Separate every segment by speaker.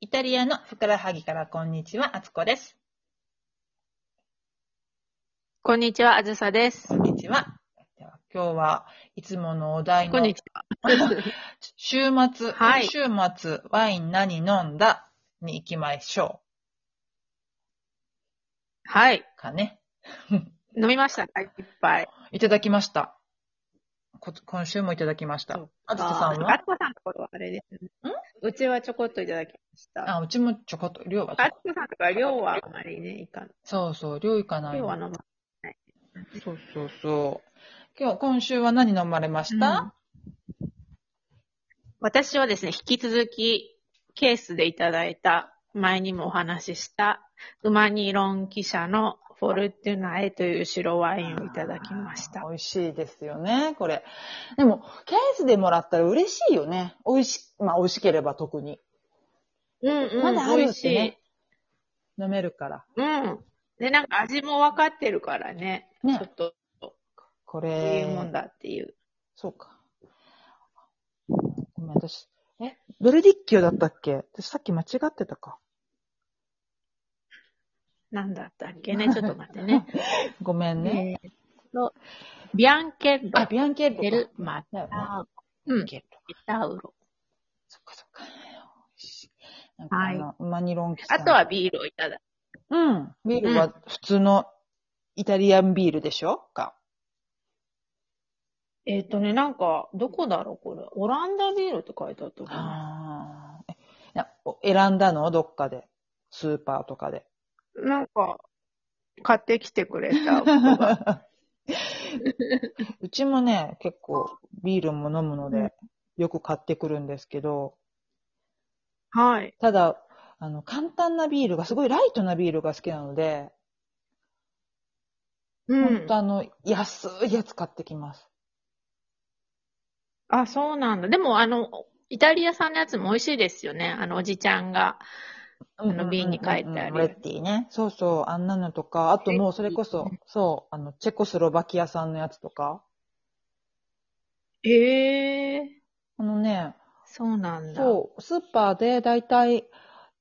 Speaker 1: イタリアのふくらはぎからこんにちは、あつこです。
Speaker 2: こんにちは、あずさです。
Speaker 1: こんにちは。では今日はいつものお題
Speaker 2: こん
Speaker 1: の
Speaker 2: にちは。
Speaker 1: 週末、
Speaker 2: はい
Speaker 1: 週末、ワイン何飲んだに行きましょ
Speaker 2: はい。
Speaker 1: うかね。
Speaker 2: 飲みましたかいっぱい。
Speaker 1: いただきました。こ今週もいただきました
Speaker 2: そう。
Speaker 1: あつこさん
Speaker 2: あ
Speaker 1: は
Speaker 2: つこさんのところはあれですね。うちはちょこっといただきました。
Speaker 1: あ、うちもちょこっと、量はちょ
Speaker 2: あつ
Speaker 1: こ
Speaker 2: こさんとか量はあまりね、いかん。
Speaker 1: そうそう、量いかない
Speaker 2: 量は
Speaker 1: の。
Speaker 2: 飲ま
Speaker 1: そうそうそう。今日、今週は何飲まれました、
Speaker 2: 私はですね、引き続きケースでいただいた、前にもお話しした、ウマニロン記者のフォルテュナエという白ワインをいただきました。
Speaker 1: 美味しいですよね、これ。でも、ケースでもらったら嬉しいよね。美味し、まあ美味しければ特に。
Speaker 2: うんうん、
Speaker 1: まだある
Speaker 2: 美味
Speaker 1: っ
Speaker 2: してい。
Speaker 1: ね。飲めるから。
Speaker 2: うん。で、なんか味も分かってるからね。
Speaker 1: ね
Speaker 2: ちょっと、
Speaker 1: こ
Speaker 2: こう
Speaker 1: れ。
Speaker 2: いうもんだっていう。
Speaker 1: そうか。ごめん、私。え、ベルディッキオだったっけ私さっき間違ってたか。
Speaker 2: なんだったっけ ね。ちょっと待ってね。
Speaker 1: ごめんね。
Speaker 2: えーっと、ビアンケッ
Speaker 1: あ、
Speaker 2: ロ、
Speaker 1: ビアンケール
Speaker 2: デル
Speaker 1: か。、
Speaker 2: マ
Speaker 1: だよね
Speaker 2: タ、
Speaker 1: ビア
Speaker 2: う
Speaker 1: ン
Speaker 2: ん、
Speaker 1: ケール。
Speaker 2: タウロ。
Speaker 1: そっかそっか。美味しい。なんかあの、マニロンキさ
Speaker 2: あ
Speaker 1: ん
Speaker 2: とは、ビールをいただ
Speaker 1: うん。ビールは普通のイタリアンビールでしょか。
Speaker 2: えーっとね、なんか、どこだろうこれ。オランダビールって書いてあったかな。
Speaker 1: ああ。えなお選んだのどっかで。スーパーとかで。
Speaker 2: なんか、買ってきてくれた子 が。
Speaker 1: うちもね、結構ビールも飲むの
Speaker 2: う
Speaker 1: で、よく買ってくるんですけど、
Speaker 2: はい。
Speaker 1: ただ、あの、簡単なビールが、すごいライトなビールが好きなので、
Speaker 2: う
Speaker 1: ほん
Speaker 2: ん
Speaker 1: と。あの、安いやつ買ってきます。
Speaker 2: あ、そうなんだ。でも、あの、イタリア産のやつも美味しいですよね。あの、おじちゃんが。
Speaker 1: あ
Speaker 2: の瓶に書いてあるやつ
Speaker 1: レッティね。そうそう、あんなのとか、あともうそれこそ、そう、あの、チェコスロバキア産のやつとか。
Speaker 2: ええ
Speaker 1: あのね、
Speaker 2: そうなんだ。
Speaker 1: そう、スーパーでだいたい、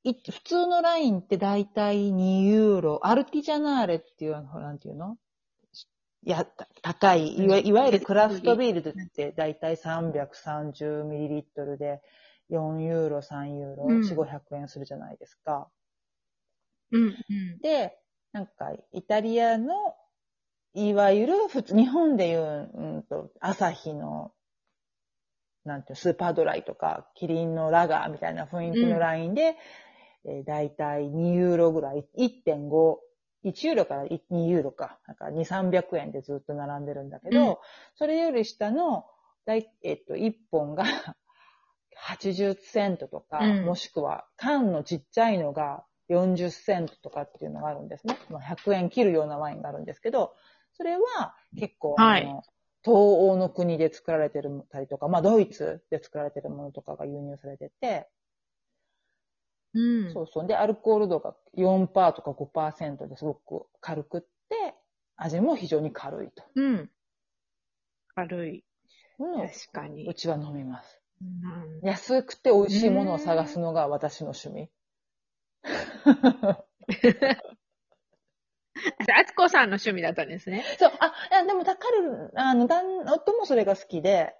Speaker 1: い普通のラインってだいたい2ユーロ、アルティジャナーレっていう、あのなんていうのいや、た高い。いわいわゆるクラフトビールってだいたい330ミリリットルで4ユーロ、3ユーロ、
Speaker 2: うん
Speaker 1: 4、500円するじゃないですか。
Speaker 2: うんうん。
Speaker 1: で、なんか、イタリアの、いわゆる、普通、日本でいう、うんと、朝日の、なんていう、スーパードライとか、キリンのラガーみたいな雰囲気のラインで、えーだいたい2ユーロぐらい、1.5、1ユーロから2ユーロか、なんか2、300円でずっと並んでるんだけど、
Speaker 2: うん
Speaker 1: それより下の、だいえっと、1本が 80セントとか、
Speaker 2: うん
Speaker 1: もしくは缶のちっちゃいのが40セントとかっていうのがあるんですね。まあ、100円切るようなワインがあるんですけど、それは結構、
Speaker 2: はい
Speaker 1: あの東欧の国で作られてるたりとか、まあドイツで作られてるものとかが輸入されてて、
Speaker 2: うん。
Speaker 1: そうそう。で、アルコール度が4%とか5%ですごく軽くって、味も非常に軽いと。
Speaker 2: うん。軽い。
Speaker 1: うん
Speaker 2: 確か
Speaker 1: う
Speaker 2: に。
Speaker 1: ちは飲みます。
Speaker 2: うん
Speaker 1: 安くて美味しいものを探すのが私の趣味。
Speaker 2: あつこさんの趣味だったんですね。
Speaker 1: そう、あ、いやでも、だから、あの、旦那、夫もそれが好きで、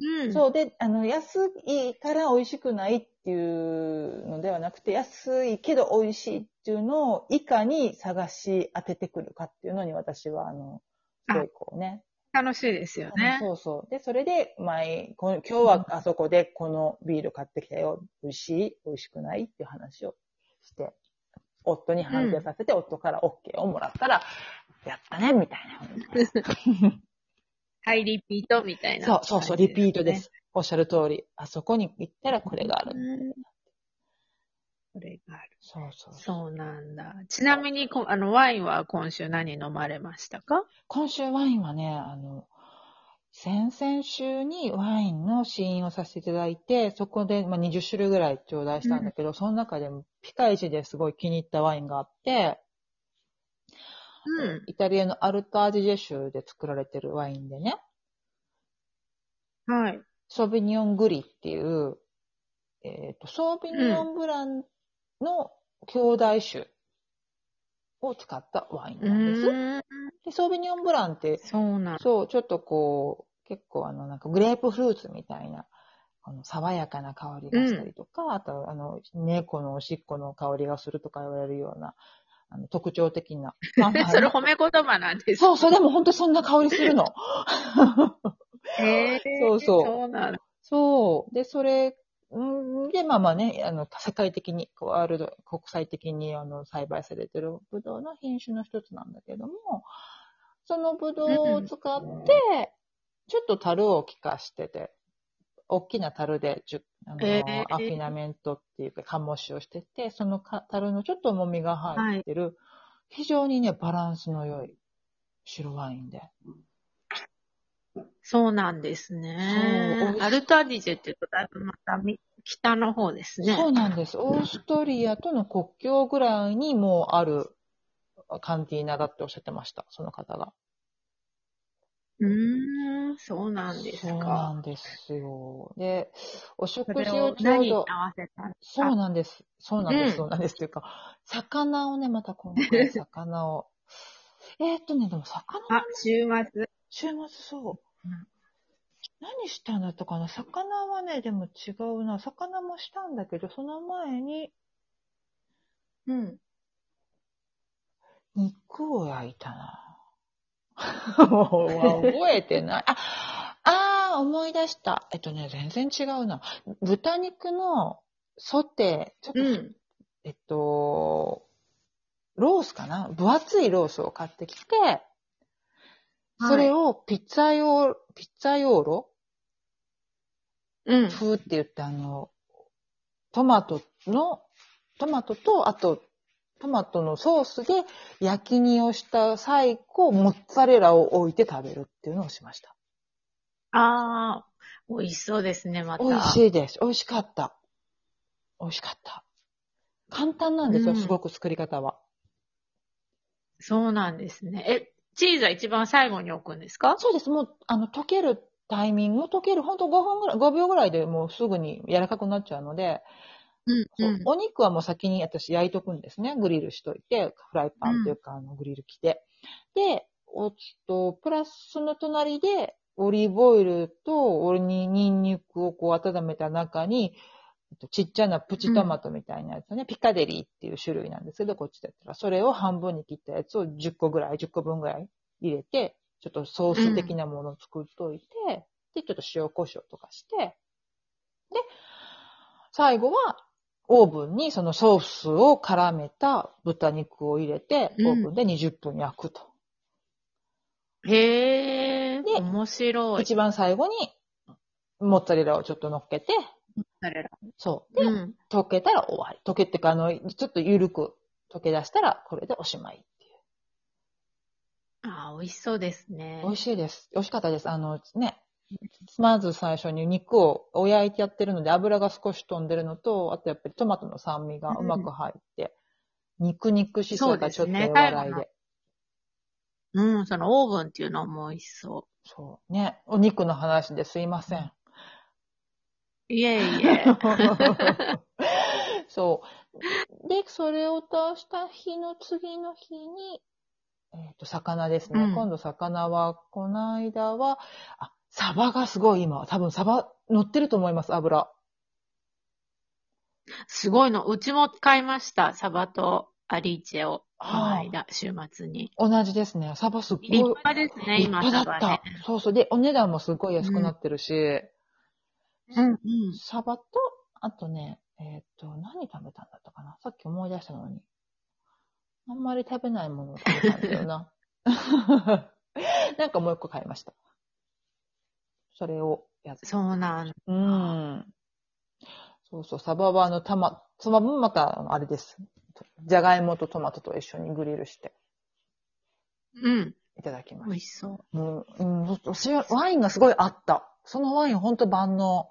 Speaker 2: うん。う。
Speaker 1: そう、で、あの、安いから美味しくないっていうのではなくて、安いけど美味しいっていうのを、いかに探し当ててくるかっていうのに私は、あの、すごいこうね、
Speaker 2: 楽しいですよ
Speaker 1: うん
Speaker 2: ね。
Speaker 1: そうそう。で、それで、前、この今日はあそこでこのビール買ってきたよ。美味しい美味しくないっていう話をして、夫に判定させて、夫から OK をもらったら、やったね、みたい
Speaker 2: はい、リピートみたい
Speaker 1: な。
Speaker 2: な、
Speaker 1: そうそうそう、リピートです。。おっしゃる通り、あそこに行ったらこれがあ
Speaker 2: う
Speaker 1: る。
Speaker 2: ん。これがある。
Speaker 1: そうそう。
Speaker 2: そうなんだ。ちなみに、こあの、ワインは今週何飲まれましたか
Speaker 1: 今週ワインはね、あの、先々週にワインの試飲をさせていただいて、そこで、まあ、20種類ぐらい頂戴したんだけど、その中でもピカイチですごい気に入ったワインがあって、イタリアのアルトアジジェ州で作られてるワインでね、
Speaker 2: うん。はい。
Speaker 1: ソビニオングリっていう、えっ、と、ソービニョンブランの兄弟酒を使ったワイン
Speaker 2: う
Speaker 1: なんです。
Speaker 2: ーん。
Speaker 1: でソービニョンブランって、
Speaker 2: そうなん。
Speaker 1: そう、ちょっとこう、結構あの、なんかグレープフルーツみたいな、あの、爽やかな香りがしたりとか、あと、あの、猫のおしっこの香りがするとか言われるような、あの、特徴的な。まあまあ
Speaker 2: それ褒め言葉なんです。
Speaker 1: そう、それも本当そんな香りするの。
Speaker 2: へー
Speaker 1: そうそう
Speaker 2: そうなんだ。
Speaker 1: そう。で、それ、うんで、まあまあね、あの、世界的に、ワールド、国際的に、あの、栽培されてるブドウの品種の一つなんだけども、そのブドウを使って、ちょっと樽を効かしてて、大きな樽で、じゅあの、
Speaker 2: えー
Speaker 1: アフィナメントっていうか、醸しをしてて、そのか樽のちょっと重みが入ってる、非常にね、バランスの良い白ワインで。
Speaker 2: そうなんですね
Speaker 1: そう美味。しい
Speaker 2: アルタディジェって言うと、だいぶまたみ北の方ですね。
Speaker 1: そうなんです。オーストリアとの国境ぐらいにもうあるカンティーナだっておっしゃってました、その方が。
Speaker 2: うーん、そうなんです
Speaker 1: そうな
Speaker 2: か。
Speaker 1: んですよ。で、お食
Speaker 2: そ
Speaker 1: 事
Speaker 2: れ
Speaker 1: を
Speaker 2: を
Speaker 1: ちょう
Speaker 2: 何に合
Speaker 1: ど、
Speaker 2: わせたんです
Speaker 1: そう
Speaker 2: か
Speaker 1: なんです。そうなんです。
Speaker 2: うん
Speaker 1: そうなんです。というか、魚をね、また今回魚 を。えーっとね、でも魚の
Speaker 2: あ、週末。
Speaker 1: 週末そう。
Speaker 2: うん
Speaker 1: 何したんだったかな魚はね、でも違うな。魚もしたんだけど、その前に
Speaker 2: うん。
Speaker 1: 肉を焼いた な。もう覚えてない。あ、あー思い出した。えっとね、全然違うな。豚肉のソテー、ちょっと、
Speaker 2: うん。
Speaker 1: えっと、ロースかな分厚いロースを買ってきて、それをピッツァ用、ピッツァ用ロ
Speaker 2: うん。
Speaker 1: 風って言って、あの、トマトの、トマトと、あと、トマトのソースで焼き煮をした最後、モッツァレラを置いて食べるっていうのをしました。
Speaker 2: ああ、美味しそうですね、また。
Speaker 1: 美味しいです。美味しかった。美味しかった。簡単なんですよ、
Speaker 2: うん
Speaker 1: すごく作り方は。
Speaker 2: そうなんですね。え、チーズは一番最後に置くんですか
Speaker 1: そうです。もう、あの、溶けるタイミング、溶ける、ほんと5分ぐらい、5秒ぐらいでもうすぐに柔らかくなっちゃうので、
Speaker 2: うん
Speaker 1: そうお肉はもう先に私焼いとくんですね。グリルしといて、フライパンというか、あのグリル機で。で、おっと、プラスその隣で、オリーブオイルと、オニニンニクをこう温めた中に、えっとちっちゃなプチトマトみたいなやつね、ピカデリーっていう種類なんですけど、こっちだったら。それを半分に切ったやつを10個ぐらい、10個分ぐらい入れて、ちょっとソース的なものを作っといて、で、ちょっと塩コショウとかして、で、最後は、オーブンにそのソースを絡めた豚肉を入れて、
Speaker 2: うん
Speaker 1: オーブンで20分焼くと。
Speaker 2: へえ、
Speaker 1: で
Speaker 2: 面白い。
Speaker 1: 一番最後に、モッツァレラをちょっと乗っけて、
Speaker 2: 誰だ
Speaker 1: そう。で、
Speaker 2: うん。
Speaker 1: 溶けたら終わり。溶けってか、あの、ちょっと緩く溶け出したら、これでおしまいっていう。
Speaker 2: あー美味しそうですね
Speaker 1: 美。味しいです。美味しかったです。あのね、まず最初に肉をお焼いてやってるので油が少し飛んでるのと、あとやっぱりトマトの酸味がうまく入って、肉肉しさがちょっと和らい
Speaker 2: そうですね最後の
Speaker 1: で。
Speaker 2: うん、そのオーブンっていうのも美味しそ
Speaker 1: そうね、お肉の話ですいませ ん。
Speaker 2: う。いえい え。
Speaker 1: そう。で、それを出した日の次の日に、えっ、と、魚ですね。
Speaker 2: うん
Speaker 1: 今度魚は、この間は、あ、サバがすごい今、多分サバ乗ってると思います、油。
Speaker 2: すごいの。うちも買いました。サバとアリーチェを。こ
Speaker 1: あー
Speaker 2: の間、週末に。
Speaker 1: 同じですね。サバすっごい。
Speaker 2: 立派ですね、
Speaker 1: 立
Speaker 2: 今、
Speaker 1: 派
Speaker 2: サ
Speaker 1: だっ
Speaker 2: バ
Speaker 1: た、
Speaker 2: ね。
Speaker 1: そうそう。で、お値段もすごい安くなってるし、
Speaker 2: うん、うん。
Speaker 1: サバと、あとね、えっ、と、何食べたんだったかなさっき思い出したのに。あんまり食べないものを食べたんだよな。 なんかもう一個買いました。それをやっ
Speaker 2: そうなん。
Speaker 1: うん。そうそう、サバはあの、たま、サバもまた、あのあれです。じゃがいもとトマトと一緒にグリルして
Speaker 2: うん。
Speaker 1: いただきま
Speaker 2: 美
Speaker 1: し
Speaker 2: 味しそう。
Speaker 1: た。もう、うん、私はワインがすごいあった。そのワインほんと万能。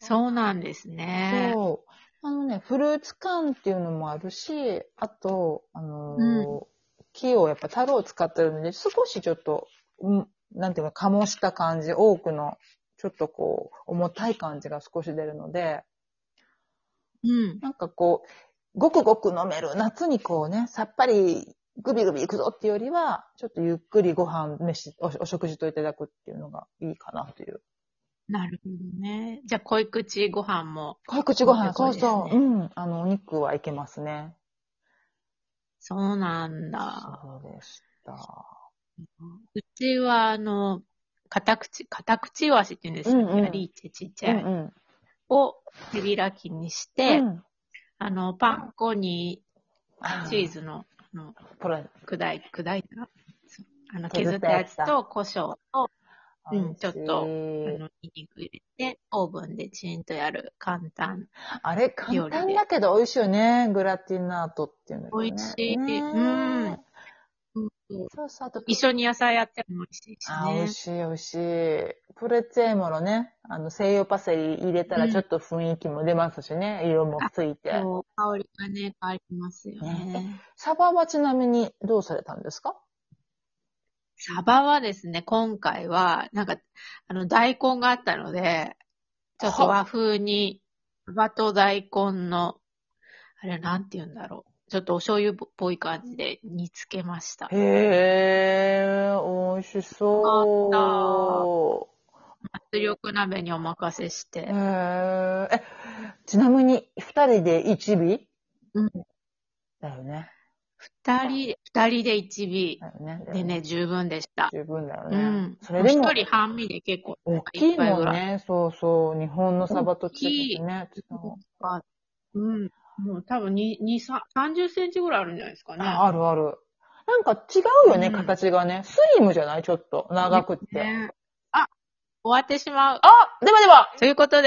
Speaker 2: そうなんですね。
Speaker 1: そう。あのね、フルーツ感っていうのもあるし、あと、あのー
Speaker 2: う
Speaker 1: 木をやっぱ樽を使ってるので、少しちょっと、うん、なんていうか、醸した感じ、多くの、ちちょっとこう、重たい感じが少し出るので、
Speaker 2: うん。
Speaker 1: なんかこう、ごくごく飲める、夏にこうね、さっぱり、ぐびぐびいくぞっていうよりは、ちょっとゆっくりご飯、飯、おお食事といただくっていうのがいいかなという。
Speaker 2: なるほどね。じゃあ、濃い口ご飯も、
Speaker 1: 濃い口ご飯、
Speaker 2: そ
Speaker 1: そうう
Speaker 2: ですね
Speaker 1: そう。うん。あの、お肉はいけますね。
Speaker 2: そうなんだ。
Speaker 1: そうでした。
Speaker 2: うちは、あの、カタクチ、カタクチワシって言うんですよ。
Speaker 1: うんうん
Speaker 2: やりーちちっちゃい。
Speaker 1: うんうん。
Speaker 2: を手開きにして、
Speaker 1: うん
Speaker 2: あの、パン粉にチー。ズの、あの、
Speaker 1: これ、
Speaker 2: 砕い、砕いたそうあの、削
Speaker 1: 削
Speaker 2: っ
Speaker 1: ったた
Speaker 2: や
Speaker 1: や
Speaker 2: つ
Speaker 1: つ
Speaker 2: と胡椒と、うんちょっとあ
Speaker 1: と。
Speaker 2: の、ニンニク入れて、オーブンでチンとやる簡単。
Speaker 1: あれ、簡単だけど美味しいよね。グラティナートっていうの、ね。
Speaker 2: 美味しい
Speaker 1: ね
Speaker 2: うん
Speaker 1: そうそう。あと
Speaker 2: 一緒に野菜やっても美味しいし
Speaker 1: あー、美
Speaker 2: ね
Speaker 1: 味。しい、美味しい。プレッツェーモのね、あの、西洋パセリ入れた
Speaker 2: う
Speaker 1: ら
Speaker 2: ん
Speaker 1: ちょっと雰囲気も出ますしね、色もついて。
Speaker 2: そう香りがね、変わりますよね
Speaker 1: ね。サバはちなみにどうされたんですか
Speaker 2: サバはですね、今回は、なんか、あの、大根があったので、ちょっと和風に、サバと大根の、あれ、なんて言うんだろう。ちょっとお醤油っぽい感じで煮つけました。
Speaker 1: へー、美味し
Speaker 2: そ
Speaker 1: そう。
Speaker 2: 圧力鍋にお任せし
Speaker 1: へ
Speaker 2: て。
Speaker 1: ーえ、ちなみに、二人で一尾
Speaker 2: うん。
Speaker 1: だよね。
Speaker 2: 二人、二人で一尾。
Speaker 1: だよね。
Speaker 2: でね、。十分でした。
Speaker 1: 十分だよ
Speaker 2: う
Speaker 1: ね。
Speaker 2: ん。
Speaker 1: それでも
Speaker 2: 一、人半身で結構、
Speaker 1: 大きいもんね。そうそう。日本のサバと違ってね。違う
Speaker 2: うん。もう多分に二三30センチぐらいあるんじゃないですかね。
Speaker 1: ああるある。なんか違うよね、
Speaker 2: うん
Speaker 1: 形がね。スリムじゃないちょっと。長くって。
Speaker 2: ねあ、終わってしまう。
Speaker 1: あではでは
Speaker 2: ということで、